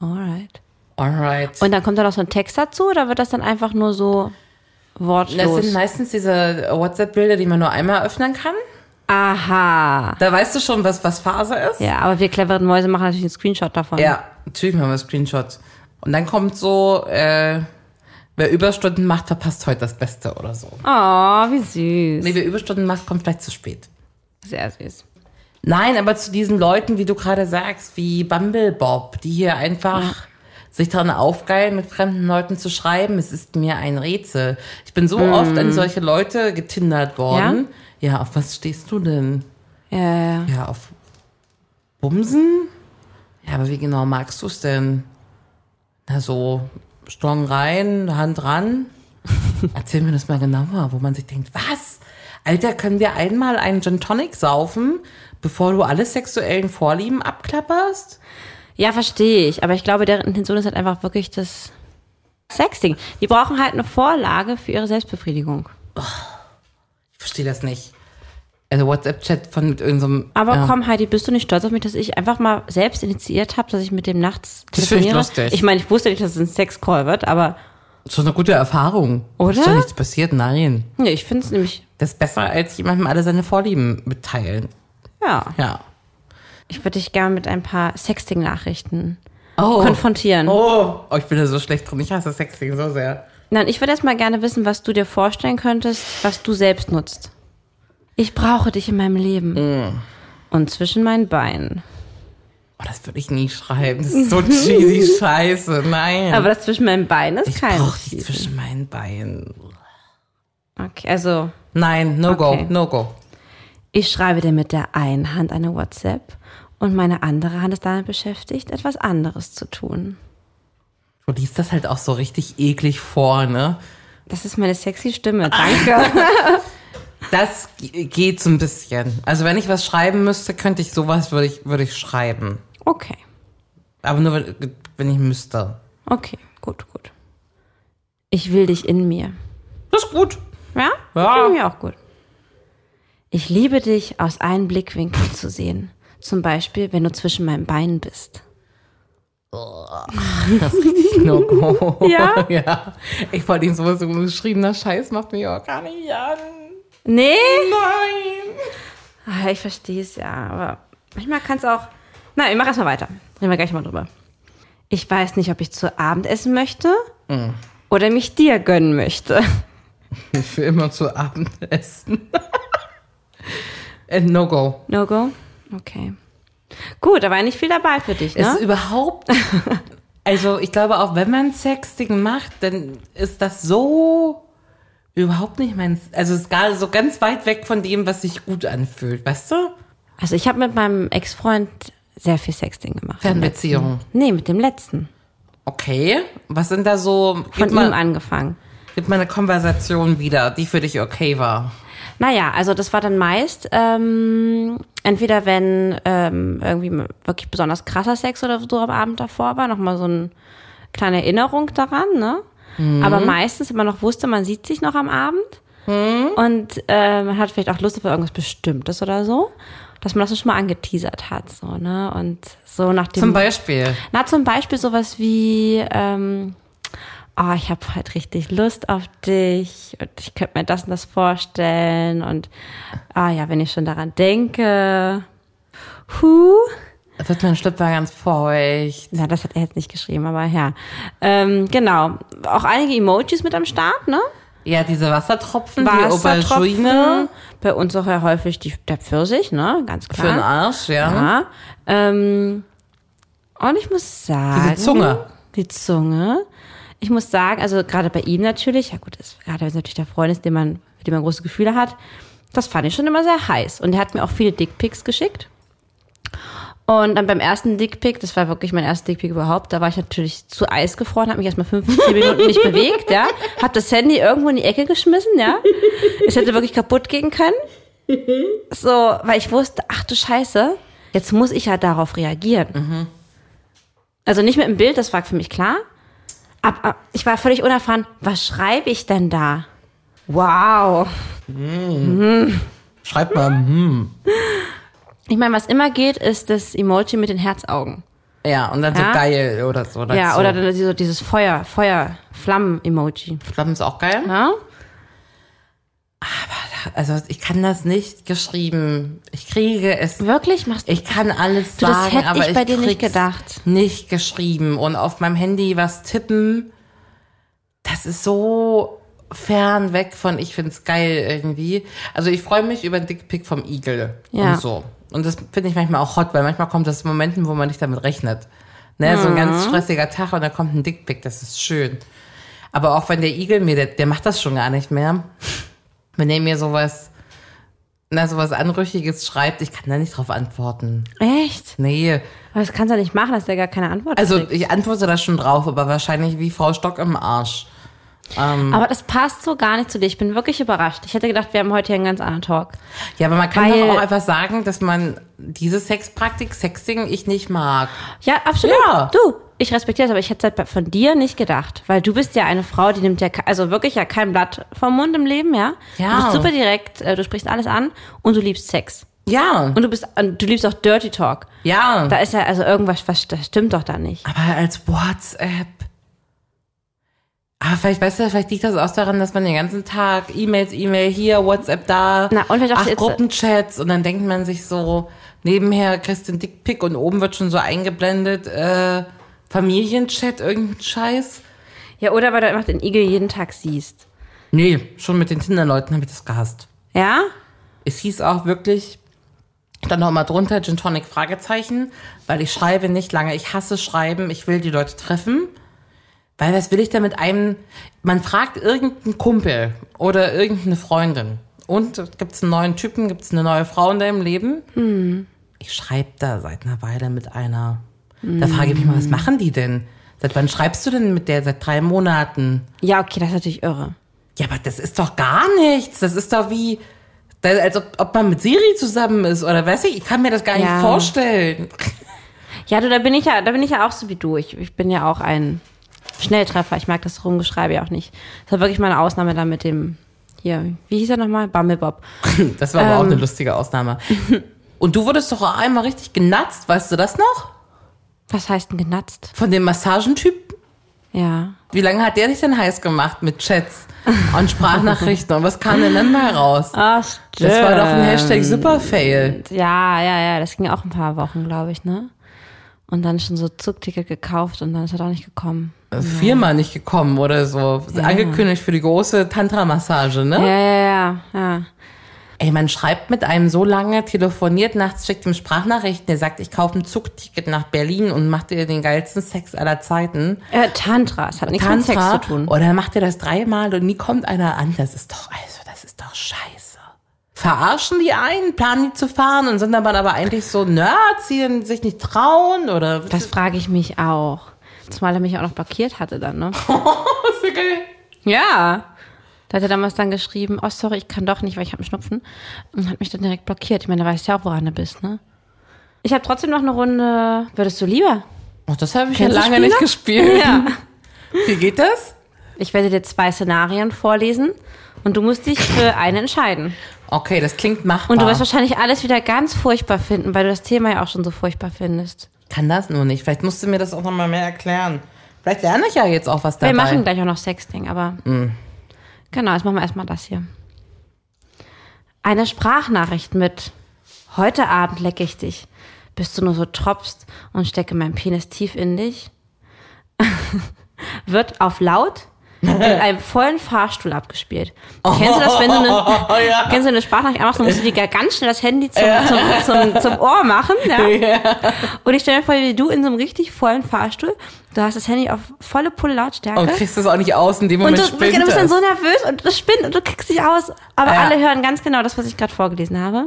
S2: alright.
S3: Alright.
S2: Und dann kommt da noch so ein Text dazu oder wird das dann einfach nur so
S3: das sind
S2: wortlos?
S3: meistens diese WhatsApp-Bilder, die man nur einmal öffnen kann.
S2: Aha.
S3: Da weißt du schon, was, was Phase ist.
S2: Ja, aber wir cleveren Mäuse machen natürlich einen Screenshot davon.
S3: Ja, natürlich machen wir Screenshots. Und dann kommt so, äh, wer Überstunden macht, verpasst heute das Beste oder so.
S2: Oh, wie süß.
S3: Nee, wer Überstunden macht, kommt vielleicht zu spät.
S2: Sehr süß.
S3: Nein, aber zu diesen Leuten, wie du gerade sagst, wie Bumble Bob, die hier einfach sich dran aufgeilen, mit fremden Leuten zu schreiben, es ist mir ein Rätsel. Ich bin so oft an solche Leute getindert worden. Hm. Ja? auf was stehst du denn?
S2: Ja, ja, ja.
S3: Ja, auf Bumsen? Ja, aber wie genau magst du es denn? Na so, Strong rein, Hand ran. Erzähl mir das mal genauer, wo man sich denkt, was? Alter, können wir einmal einen Gin Tonic saufen, bevor du alle sexuellen Vorlieben abklapperst?
S2: Ja, verstehe ich. Aber ich glaube, deren Intention ist halt einfach wirklich das Sexting. Die brauchen halt eine Vorlage für ihre Selbstbefriedigung.
S3: Ich verstehe das nicht. Also WhatsApp-Chat von mit irgendeinem.
S2: Aber
S3: ja.
S2: komm, Heidi, bist du nicht stolz auf mich, dass ich einfach mal selbst initiiert habe, dass ich mit dem nachts
S3: Das
S2: telefoniere?
S3: finde ich lustig.
S2: Ich meine, ich wusste nicht, dass es ein Sexcall wird, aber
S3: Schon eine gute Erfahrung.
S2: Oder?
S3: Ist doch nichts passiert, nein.
S2: nee, ich finde es nämlich,
S3: Das ist besser, als jemandem alle seine Vorlieben mitteilen.
S2: ja.
S3: Ja.
S2: Ich würde dich gerne mit ein paar Sexting-Nachrichten
S3: Oh.
S2: konfrontieren.
S3: Oh. oh, ich bin da so schlecht drin. Ich hasse Sexting so sehr.
S2: Nein, ich würde erst mal gerne wissen, was du dir vorstellen könntest, was du selbst nutzt. Ich brauche dich in meinem Leben.
S3: Mm.
S2: Und zwischen meinen Beinen.
S3: Oh, das würde ich nie schreiben. Das ist so cheesy Scheiße. Nein.
S2: Aber das zwischen meinen Beinen ist
S3: ich
S2: kein.
S3: brauche dich
S2: Cheat.
S3: zwischen meinen Beinen.
S2: Okay, also
S3: Nein, no
S2: Okay.
S3: go, no go.
S2: Ich schreibe dir mit der einen Hand eine WhatsApp und meine andere Hand ist damit beschäftigt, etwas anderes zu tun.
S3: Du liest das halt auch so richtig eklig vor, ne?
S2: Das ist meine sexy Stimme. Danke.
S3: Das g- geht so ein bisschen. Also wenn ich was schreiben müsste, könnte ich sowas, würde ich, würde ich schreiben.
S2: Okay.
S3: Aber nur, wenn- wenn ich müsste.
S2: Okay. Gut, gut. Ich will dich in mir.
S3: Das ist gut.
S2: Ja?
S3: Ja.
S2: Finde ich auch gut. Ich liebe dich aus allen Blickwinkeln zu sehen. Zum Beispiel, wenn du zwischen meinen Beinen bist.
S3: No go.
S2: Ja?
S3: ja. Ich wollte ihn sowas so geschriebener Scheiß macht mich auch gar nicht an.
S2: Nee?
S3: Nein.
S2: Ah, Ich verstehe es ja, aber manchmal kann es auch. Na, ich mache erstmal weiter. Reden wir gleich mal drüber. Ich weiß nicht, ob ich zu Abend essen möchte
S3: Mhm.
S2: oder mich dir gönnen möchte.
S3: Für immer zu Abendessen. Äh, no go.
S2: No go? Okay. Gut, da war ja nicht viel dabei für dich,
S3: Es
S2: ne?
S3: ist überhaupt. Also ich glaube, auch wenn man Sexting macht, dann ist das so überhaupt nicht mein. Also es ist gar so ganz weit weg von dem, was sich gut anfühlt, weißt du?
S2: Also ich habe mit meinem Ex-Freund sehr viel Sexting gemacht.
S3: Fernbeziehung.
S2: Nee, mit dem letzten.
S3: Okay. Was sind da so.
S2: Von
S3: Gib mal,
S2: ihm angefangen.
S3: gib mal eine Konversation wieder, die für dich okay war.
S2: Naja, also das war dann meist ähm, entweder wenn ähm, irgendwie wirklich besonders krasser Sex oder so am Abend davor war, nochmal so eine kleine Erinnerung daran, ne? Aber meistens, wenn man noch wusste, man sieht sich noch am Abend und äh, man hat vielleicht auch Lust auf irgendwas Bestimmtes oder so, dass man das so schon mal angeteasert hat, so, ne? Und so nach dem
S3: Zum Beispiel.
S2: na, zum Beispiel sowas wie, ähm, oh, ich habe halt richtig Lust auf dich und ich könnte mir das und das vorstellen und, ah ja, wenn ich schon daran denke. Huh?
S3: Wird mein Schlüpper ganz feucht.
S2: Na, das hat er jetzt nicht geschrieben, aber ja. Ähm, genau. Auch einige Emojis mit am Start, ne?
S3: Ja, diese Wassertropfen, Mhm. die
S2: Wassertropfen.
S3: Aubergine.
S2: Bei uns auch ja häufig die, der Pfirsich, ne? Ganz
S3: Für den
S2: klar.
S3: Arsch, ja.
S2: Ja. Ähm, und ich muss sagen.
S3: Diese Zunge.
S2: Die Zunge. Ich muss sagen, also gerade bei ihm natürlich, ja gut, das, gerade wenn es natürlich der Freund ist, den man, mit dem man große Gefühle hat, das fand ich schon immer sehr heiß. Und er hat mir auch viele Dickpics geschickt. Und dann beim ersten Dickpic, das war wirklich mein erster Dickpic überhaupt, da war ich natürlich zu Eis gefroren, habe mich erstmal 15 Minuten nicht bewegt, ja. Hab das Handy irgendwo in die Ecke geschmissen, ja. Es hätte wirklich kaputt gehen können. So, weil ich wusste, ach du Scheiße, jetzt muss ich halt darauf reagieren. Also nicht mit dem Bild, das war für mich klar. Ab, ab, ich war völlig unerfahren, was schreibe ich denn da? Wow.
S3: Schreibt mal. Hm.
S2: Ich meine, was immer geht, ist das Emoji mit den Herzaugen.
S3: Ja, und dann
S2: Ja.
S3: so geil oder so. Dazu.
S2: Ja, oder dann so dieses Feuer, Feuer, Flammen-Emoji. Ne?
S3: Schlappen ist auch geil.
S2: Ja?
S3: Also ich kann das nicht geschrieben. Ich kriege es.
S2: Wirklich? Machst du
S3: Ich kann alles
S2: Du, das
S3: sagen,
S2: hätte
S3: aber
S2: ich bei dir nicht
S3: krieg's
S2: gedacht.
S3: Nicht geschrieben und auf meinem Handy was tippen. Das ist so fern weg von. Ich find's geil irgendwie. Also ich freue mich über einen Dickpick vom Igel
S2: Ja.
S3: und so. Und das finde ich manchmal auch hot, weil manchmal kommt das in Momenten, wo man nicht damit rechnet. Ne, so ein ganz stressiger Tag und dann kommt ein Dickpick. Das ist schön. Aber auch wenn der Igel mir, der, der macht das schon gar nicht mehr. Wenn er mir sowas, na, sowas Anrüchiges schreibt, ich kann da nicht drauf antworten.
S2: Echt?
S3: Nee.
S2: Aber das kannst du ja nicht machen, dass der gar keine Antwort
S3: Also
S2: kriegt.
S3: ich antworte da schon drauf, aber wahrscheinlich wie Frau Stock im Arsch. mm.
S2: Aber das passt so gar nicht zu dir. Ich bin wirklich überrascht. Ich hätte gedacht, wir haben heute hier einen ganz anderen Talk.
S3: Ja, aber man kann
S2: Weil-
S3: doch auch einfach sagen, dass man diese Sexpraktik, Sexting, ich nicht mag.
S2: Ja, absolut.
S3: Ja.
S2: Du, ich respektiere das, aber ich hätte es halt von dir nicht gedacht. Weil du bist ja eine Frau, die nimmt ja, ke- also wirklich ja kein Blatt vom Mund im Leben, ja?
S3: Ja.
S2: Du bist super direkt, äh, du sprichst alles an und du liebst Sex.
S3: Ja.
S2: Und du bist, und du liebst auch Dirty Talk.
S3: Ja.
S2: Da ist ja also irgendwas, was, das stimmt doch da nicht.
S3: Aber als WhatsApp. Aber vielleicht, weißt du, vielleicht liegt das auch daran, dass man den ganzen Tag E-Mails, E-Mail hier, WhatsApp da,
S2: Na, und vielleicht auch
S3: acht
S2: jetzt-
S3: Gruppenchats und dann denkt man sich so, nebenher kriegst du einen Dickpick und oben wird schon so eingeblendet, äh, Familienchat, irgendein Scheiß.
S2: Ja, oder weil du einfach den Igel jeden Tag siehst.
S3: Nee, schon mit den Tinder-Leuten habe ich das gehasst.
S2: Ja?
S3: Es hieß auch wirklich, dann nochmal drunter, Gin Tonic Fragezeichen, weil ich schreibe nicht lange. Ich hasse Schreiben, ich will die Leute treffen. Weil was will ich da mit einem, man fragt irgendeinen Kumpel oder irgendeine Freundin. Und gibt es einen neuen Typen, gibt es eine neue Frau in deinem Leben? Ich schreibe da seit einer Weile mit einer. Da frage ich mich mal, was machen die denn? Seit wann schreibst du denn mit der? Seit drei Monaten.
S2: Ja, okay, das ist natürlich irre.
S3: Ja, aber das ist doch gar nichts. Das ist doch wie, da- als ob, ob man mit Siri zusammen ist oder weiß ich. Ich kann mir das gar
S2: Ja.
S3: nicht vorstellen.
S2: Ja, du, da bin ich ja, da bin ich ja auch so wie du. Ich, ich bin ja auch ein Schnelltreffer. Ich mag das Rumgeschreibe ja auch nicht. Das war wirklich mal eine Ausnahme da mit dem, hier, wie hieß er nochmal? Bumblebob.
S3: Das war aber auch eine lustige Ausnahme. Und du wurdest doch auch einmal richtig genatzt, weißt du das noch?
S2: Was heißt denn genatzt?
S3: Von dem Massagentypen?
S2: Ja.
S3: Wie lange hat der dich denn heiß gemacht mit Chats und Sprachnachrichten? Und was kam denn dann mal raus?
S2: Ah, stimmt.
S3: Das war doch ein Hashtag Superfail.
S2: Ja, ja, ja. Das ging auch ein paar Wochen, glaube ich, ne? Und dann schon so Zugticket gekauft und dann ist er doch nicht gekommen.
S3: Viermal nicht gekommen oder so. Angekündigt für die große Tantra-Massage, ne?
S2: Ja, ja, ja, ja.
S3: Ey, man schreibt mit einem so lange, telefoniert nachts, schickt ihm Sprachnachrichten, der sagt, ich kaufe ein Zugticket nach Berlin und macht dir den geilsten Sex aller Zeiten.
S2: Äh, Tantra, Oh, es hat nichts mit Sex zu tun.
S3: Oder macht er das dreimal und nie kommt einer an. Das ist doch, also, das ist doch scheiße. Verarschen die einen, planen die zu fahren und sind dann aber eigentlich so Nerds, die dann sich nicht trauen oder.
S2: Das frage ich mich auch. Zumal er mich auch noch blockiert hatte dann, ne?
S3: Oh, ist ja geil.
S2: Ja. Da hat er damals dann geschrieben, oh sorry, ich kann doch nicht, weil ich habe einen Schnupfen. Und hat mich dann direkt blockiert. Ich meine, da weißt du ja auch, woran du bist, ne? Ich habe trotzdem noch eine Runde. Würdest du lieber?
S3: Ach, Oh, das habe ich ja
S2: Kennst du
S3: lange nicht gespielt.
S2: Ja.
S3: Wie geht das?
S2: Ich werde dir zwei Szenarien vorlesen und du musst dich für eine entscheiden.
S3: Okay, das klingt machbar.
S2: Und du wirst wahrscheinlich alles wieder ganz furchtbar finden, weil du das Thema ja auch schon so furchtbar findest.
S3: kann das nur nicht. Vielleicht musst du mir das auch nochmal mehr erklären. Vielleicht lerne ich ja jetzt auch was dabei.
S2: Wir machen gleich auch noch Sexting, aber. Genau, jetzt machen wir erstmal das hier. Eine Sprachnachricht mit: Heute Abend lecke ich dich. Bist du nur so tropfst und stecke meinen Penis tief in dich? Wird auf laut in einem vollen Fahrstuhl abgespielt. Kennst du das, wenn du eine, kennst du eine Sprachnachricht machst, dann musst du dir ganz schnell das Handy zum, zum, zum, zum Ohr machen? Ja? Und ich stelle mir vor, wie du in so einem richtig vollen Fahrstuhl, du hast das Handy auf volle Pulle Lautstärke.
S3: Und kriegst das auch nicht aus in dem
S2: Und
S3: Moment
S2: du,
S3: spinnt
S2: du bist dann
S3: das. Ah,
S2: so nervös und das spinnt und du kriegst dich aus. Aber
S3: Ja.
S2: alle hören ganz genau das, was ich gerade vorgelesen habe.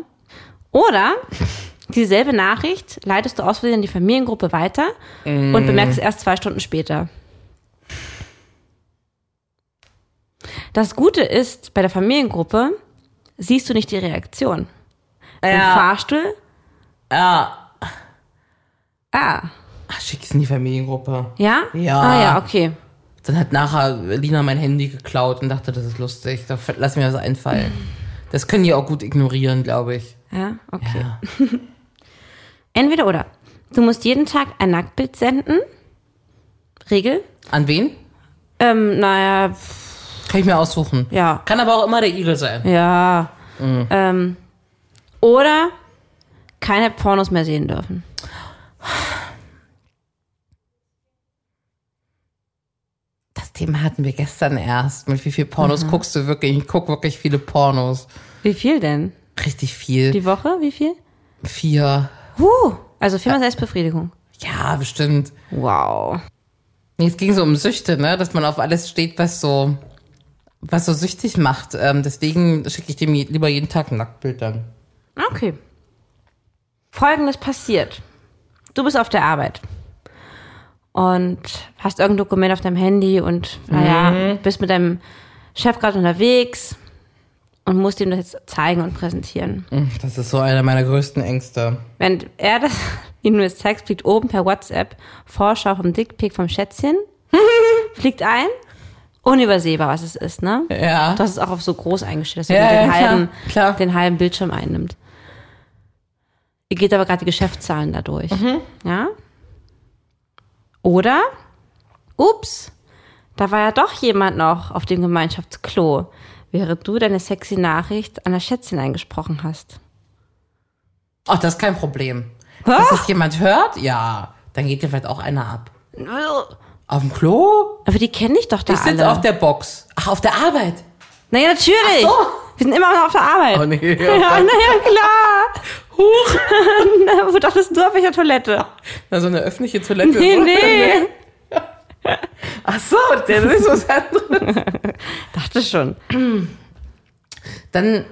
S2: Oder dieselbe Nachricht leitest du aus Versehen in die Familiengruppe weiter
S3: Mm.
S2: und bemerkst es erst zwei Stunden später. Das Gute ist, bei der Familiengruppe siehst du nicht die Reaktion. Im Fahrstuhl,
S3: ja.
S2: ah,
S3: Ach, schick es in die Familiengruppe.
S2: ja?
S3: Ja.
S2: Ah ja, okay.
S3: Dann hat nachher Lina mein Handy geklaut und dachte, das ist lustig. Da f- lass mir was einfallen. Das können die auch gut ignorieren, glaube ich.
S2: Ja, okay. Entweder oder. Du musst jeden Tag ein Nacktbild senden. Regel.
S3: An wen?
S2: Ähm, naja,
S3: Kann ich mir aussuchen.
S2: ja.
S3: Kann aber auch immer der Igel sein.
S2: Ja. Ähm, oder keine Pornos mehr sehen dürfen.
S3: Das Thema hatten wir gestern erst. Mit wie viel
S2: Mhm.
S3: Pornos guckst du wirklich? Ich gucke wirklich viele Pornos.
S2: Wie viel denn?
S3: Richtig viel.
S2: Die Woche? Wie viel?
S3: Vier.
S2: Huh. Also viermal Selbstbefriedigung.
S3: Ja, bestimmt.
S2: Wow.
S3: Nee, es ging so um Süchte, ne? Dass man auf alles steht, was so, was so süchtig macht. Ähm, deswegen schicke ich dem je- lieber jeden Tag ein Nacktbild dann.
S2: Okay. Folgendes passiert. Du bist auf der Arbeit und hast irgendein Dokument auf deinem Handy und
S3: Mhm.
S2: naja, bist mit deinem Chef gerade unterwegs und musst
S3: Mhm.
S2: ihm das jetzt zeigen und präsentieren.
S3: Das ist so einer meiner größten Ängste.
S2: Wenn er das, Ihnen nur zeigt, fliegt oben per WhatsApp Vorschau vom Dickpick vom Schätzchen, fliegt ein, unübersehbar, was es ist, ne?
S3: Ja.
S2: Du hast es auch auf so groß eingestellt, dass
S3: Ja,
S2: du den,
S3: ja, klar,
S2: halben,
S3: klar.
S2: den halben Bildschirm einnimmt. Ihr geht aber gerade die Geschäftszahlen dadurch.
S3: Mhm.
S2: Ja? Oder, ups, da war ja doch jemand noch auf dem Gemeinschaftsklo, während du deine sexy Nachricht an das Schätzchen eingesprochen hast.
S3: Ach, das ist kein Problem.
S2: Was?
S3: Dass das jemand hört, ja, dann geht dir vielleicht auch einer ab. Auf dem Klo?
S2: Aber die kenne ich doch da
S3: Ich sitze
S2: alle.
S3: auf der Box. Ach, auf der Arbeit.
S2: naja, natürlich.
S3: Ach so.
S2: Wir sind immer noch auf der Arbeit.
S3: Oh, nee.
S2: Ja, naja, klar. Huch. Na, Wo dachtest du, auf welcher Toilette?
S3: Na, so eine öffentliche Toilette.
S2: Nee, nee.
S3: Ach so, das ist was anderes.
S2: Dachte schon.
S3: Dann,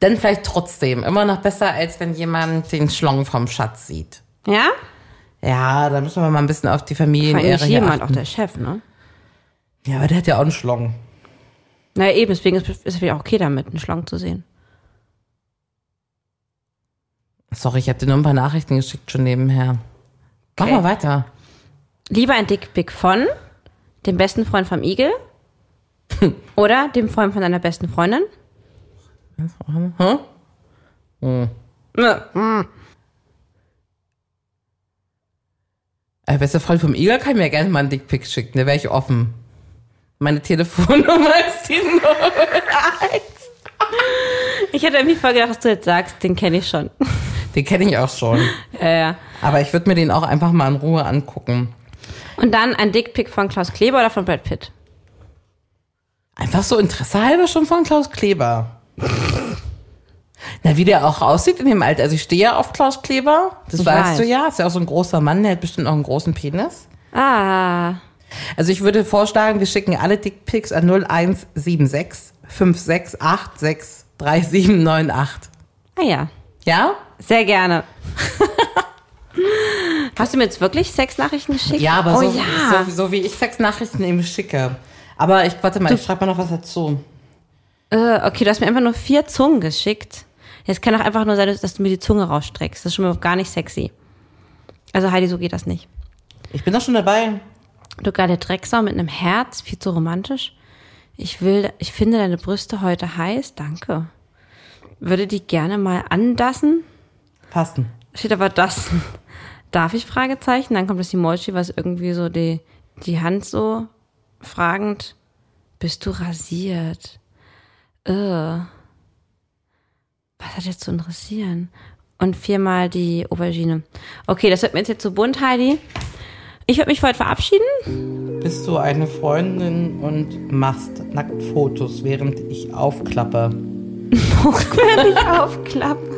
S3: dann vielleicht trotzdem. Immer noch besser, als wenn jemand den Schlong vom Schatz sieht.
S2: Ja?
S3: Ja, da müssen wir mal ein bisschen auf die
S2: Vor allem
S3: Familienehre
S2: nicht
S3: hier
S2: jemand, auch
S3: achten.
S2: der Chef, ne?
S3: Ja, aber der hat ja auch einen Schlong.
S2: Naja, eben, deswegen ist ist es vielleicht auch okay damit, einen Schlangen zu sehen.
S3: Sorry, ich habe dir nur ein paar Nachrichten geschickt schon nebenher. Mach
S2: Okay.
S3: mal weiter.
S2: Lieber ein Dickpick von dem besten Freund vom Igel oder dem Freund von deiner besten Freundin.
S3: Hm?
S2: Hm.
S3: Äh, bester Freund vom Igel kann mir gerne mal einen Dickpick schicken, da wäre ich offen. Meine Telefonnummer ist die Nummer.
S2: Ich hätte irgendwie voll gedacht, dass du jetzt sagst, den kenne ich schon.
S3: Den kenne ich auch schon.
S2: Ja, ja.
S3: Aber ich würde mir den auch einfach mal in Ruhe angucken.
S2: Und dann ein Dickpick von Klaus Kleber oder von Brad Pitt.
S3: Einfach so Interesse halber schon von Klaus Kleber. Na, wie der auch aussieht in dem Alter. Also ich stehe ja auf Klaus Kleber. Das
S2: Ich
S3: weißt
S2: weiß.
S3: du ja. Ist ja auch so ein großer Mann, der hat bestimmt auch einen großen Penis.
S2: Ah,
S3: Also ich würde vorschlagen, wir schicken alle Dickpics an 0176 5686 3798.
S2: ah ja.
S3: Ja?
S2: Sehr gerne. Hast du mir jetzt wirklich Sexnachrichten geschickt?
S3: Ja, aber
S2: oh,
S3: so,
S2: ja.
S3: so, so wie ich Sexnachrichten eben schicke. Aber ich warte mal, ich schreibe mal noch was dazu.
S2: Äh, okay, du hast mir einfach nur vier Zungen geschickt. Jetzt kann doch einfach nur sein, dass du mir die Zunge rausstreckst. Das ist schon mal gar nicht sexy. Also Heidi, so geht das nicht.
S3: Ich bin doch schon dabei.
S2: Du geile Drecksau mit einem Herz, viel zu romantisch. Ich will, ich finde deine Brüste heute heiß, danke. Würde die gerne mal andassen?
S3: Passen.
S2: Steht aber das. Darf ich Fragezeichen? Dann kommt das Emoji, was irgendwie so die, die Hand so fragend. Bist du rasiert? Äh. Was hat jetzt zu interessieren? Und viermal die Aubergine. Okay, das wird mir jetzt, jetzt zu bunt, Heidi. Ich würde mich für heute verabschieden.
S3: Bist du eine Freundin und machst Nacktfotos, während ich aufklappe?
S2: Wenn ich aufklappe.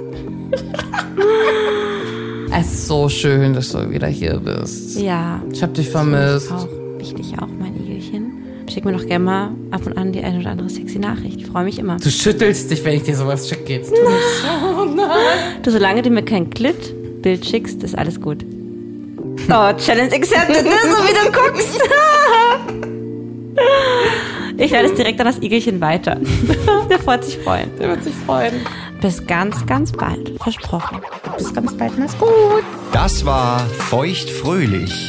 S3: Es ist so schön, dass du wieder hier bist.
S2: Ja.
S3: Ich hab dich vermisst.
S2: Auch wichtig auch, mein Igelchen. Schick mir doch gerne mal ab und an die eine oder andere sexy Nachricht. Freue mich immer.
S3: Du schüttelst dich, wenn ich dir sowas schicke. Jetzt tu nicht.
S2: Du, solange du mir kein Glit-Bild schickst, ist alles gut. Oh, Challenge accepted, ne? So wie du guckst. Ich leite es direkt an das Igelchen weiter. Der wird sich freuen.
S3: Der wird sich freuen.
S2: Bis ganz, ganz bald. Versprochen.
S3: Bis ganz bald. Mach's gut.
S1: Das war Feuchtfröhlich,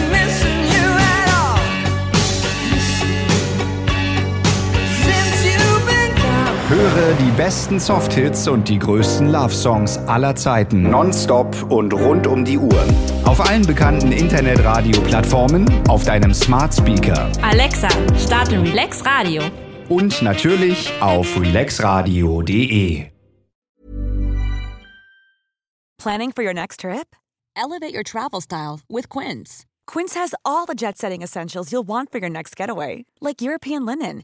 S1: Höre die besten Softhits und die größten Love Songs aller Zeiten nonstop und rund um die Uhr auf allen bekannten Internetradio-Plattformen, auf deinem Smart Speaker
S2: Alexa, starte Relax Radio.
S1: und natürlich auf relaxradio.de.
S4: Planning for your next trip?
S6: Elevate your travel style with Quince.
S4: Quince has all the jet setting essentials you'll want for your next getaway, like European linen,